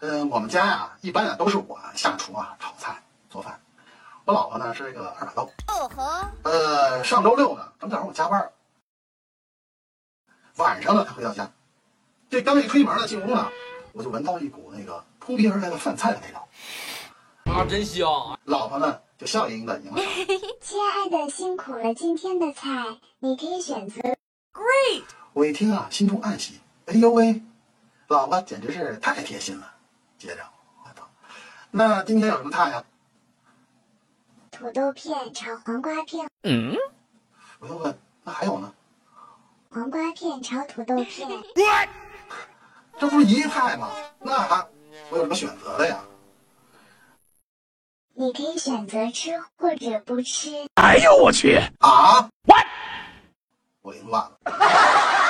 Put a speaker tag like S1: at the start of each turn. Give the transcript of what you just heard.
S1: 嗯，我们家呀、一般啊都是我下厨啊炒菜做饭，我老婆呢是这个二把刀。
S2: 哦吼，
S1: 呃，上周六呢，正赶上我加班儿，晚上呢才回到家。这刚一推门呢，进屋呢，我就闻到一股那个扑鼻而来的饭菜的味道。
S3: 啊，真香！
S1: 老婆呢就笑盈盈的迎了上来。
S4: 亲爱的，辛苦了，今天的菜你可以选择。
S5: Great!
S1: 我一听啊，心中暗喜，哎呦喂，老婆简直是太贴心了。接着我道：“那今天有什么菜呀、
S4: 土豆片炒黄瓜片，
S3: 嗯，
S1: 我又问：“那还有呢？
S4: 黄瓜片炒土豆片，
S1: 这不是一菜吗？那还我有什么选择的呀？”
S4: 你可以选择吃或者不吃。
S3: 哎呦我去！
S1: 啊？What？我凌乱了。